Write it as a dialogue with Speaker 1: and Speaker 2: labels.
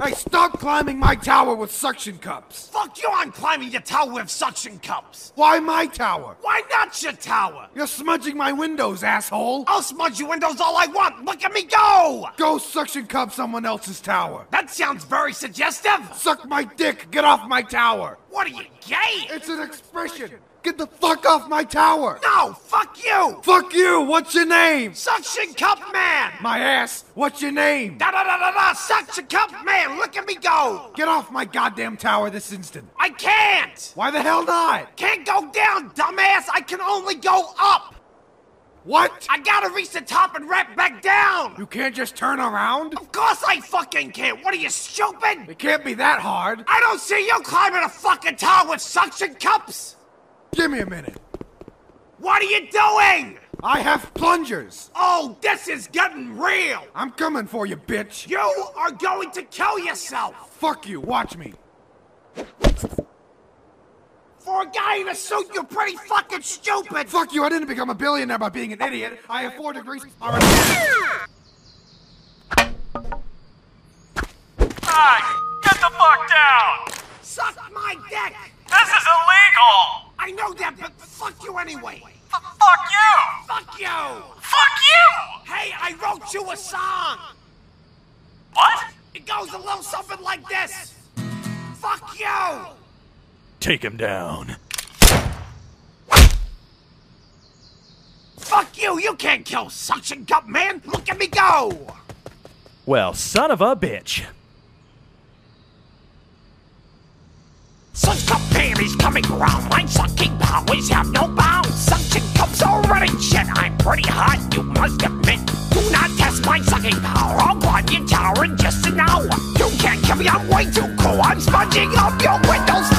Speaker 1: Hey, stop climbing my tower with suction cups!
Speaker 2: Fuck you, I'm climbing your tower with suction cups!
Speaker 1: Why my tower?
Speaker 2: Why not your tower?
Speaker 1: You're smudging my windows, asshole!
Speaker 2: I'll smudge your windows all I want! Look at me go!
Speaker 1: Go suction cup someone else's tower!
Speaker 2: That sounds very suggestive!
Speaker 1: Suck my dick! Get off my tower!
Speaker 2: What are you, gay?
Speaker 1: It's an expression! Get the fuck off my tower!
Speaker 2: No, fuck you!
Speaker 1: Fuck you! What's your name?
Speaker 2: Suction cup man!
Speaker 1: My ass! What's your name?
Speaker 2: Da da da da da! Suction cup man! Look at me go!
Speaker 1: Get off my goddamn tower this instant!
Speaker 2: I can't!
Speaker 1: Why the hell not?
Speaker 2: Can't go down, dumbass! I can only go up!
Speaker 1: What?
Speaker 2: I gotta reach the top and wrap back down!
Speaker 1: You can't just turn around?
Speaker 2: Of course I fucking can't! What are you, stupid?
Speaker 1: It can't be that hard!
Speaker 2: I don't see you climbing a fucking tower with suction cups!
Speaker 1: Give me a minute!
Speaker 2: What are you doing?
Speaker 1: I have plungers!
Speaker 2: Oh, this is getting real!
Speaker 1: I'm coming for you, bitch!
Speaker 2: You are going to kill yourself!
Speaker 1: Fuck you! Watch me!
Speaker 2: For a guy in a suit, you're pretty fucking stupid!
Speaker 1: Fuck you! I didn't become a billionaire by being an idiot! I have four degrees. All right.
Speaker 3: Guys, get the fuck down!
Speaker 2: Suck my dick!
Speaker 3: This is illegal!
Speaker 2: I know that, but fuck you anyway!
Speaker 3: F- fuck you!
Speaker 2: Fuck you!
Speaker 3: Fuck you!
Speaker 2: Hey, I wrote you a song!
Speaker 3: What?
Speaker 2: It goes a little something like this! Fuck you!
Speaker 4: Take him down.
Speaker 2: Fuck you! You can't kill Suction Cup Man! Look at me go!
Speaker 4: Well, son of a bitch.
Speaker 2: Suction Cup Man is coming around! My sucking powers have no bounds! Suction Cup's already shit! I'm pretty hot, you must admit! Do not test my sucking power! I'll climb your tower in just an hour! You can't kill me, I'm way too cool! I'm sponging up your windows!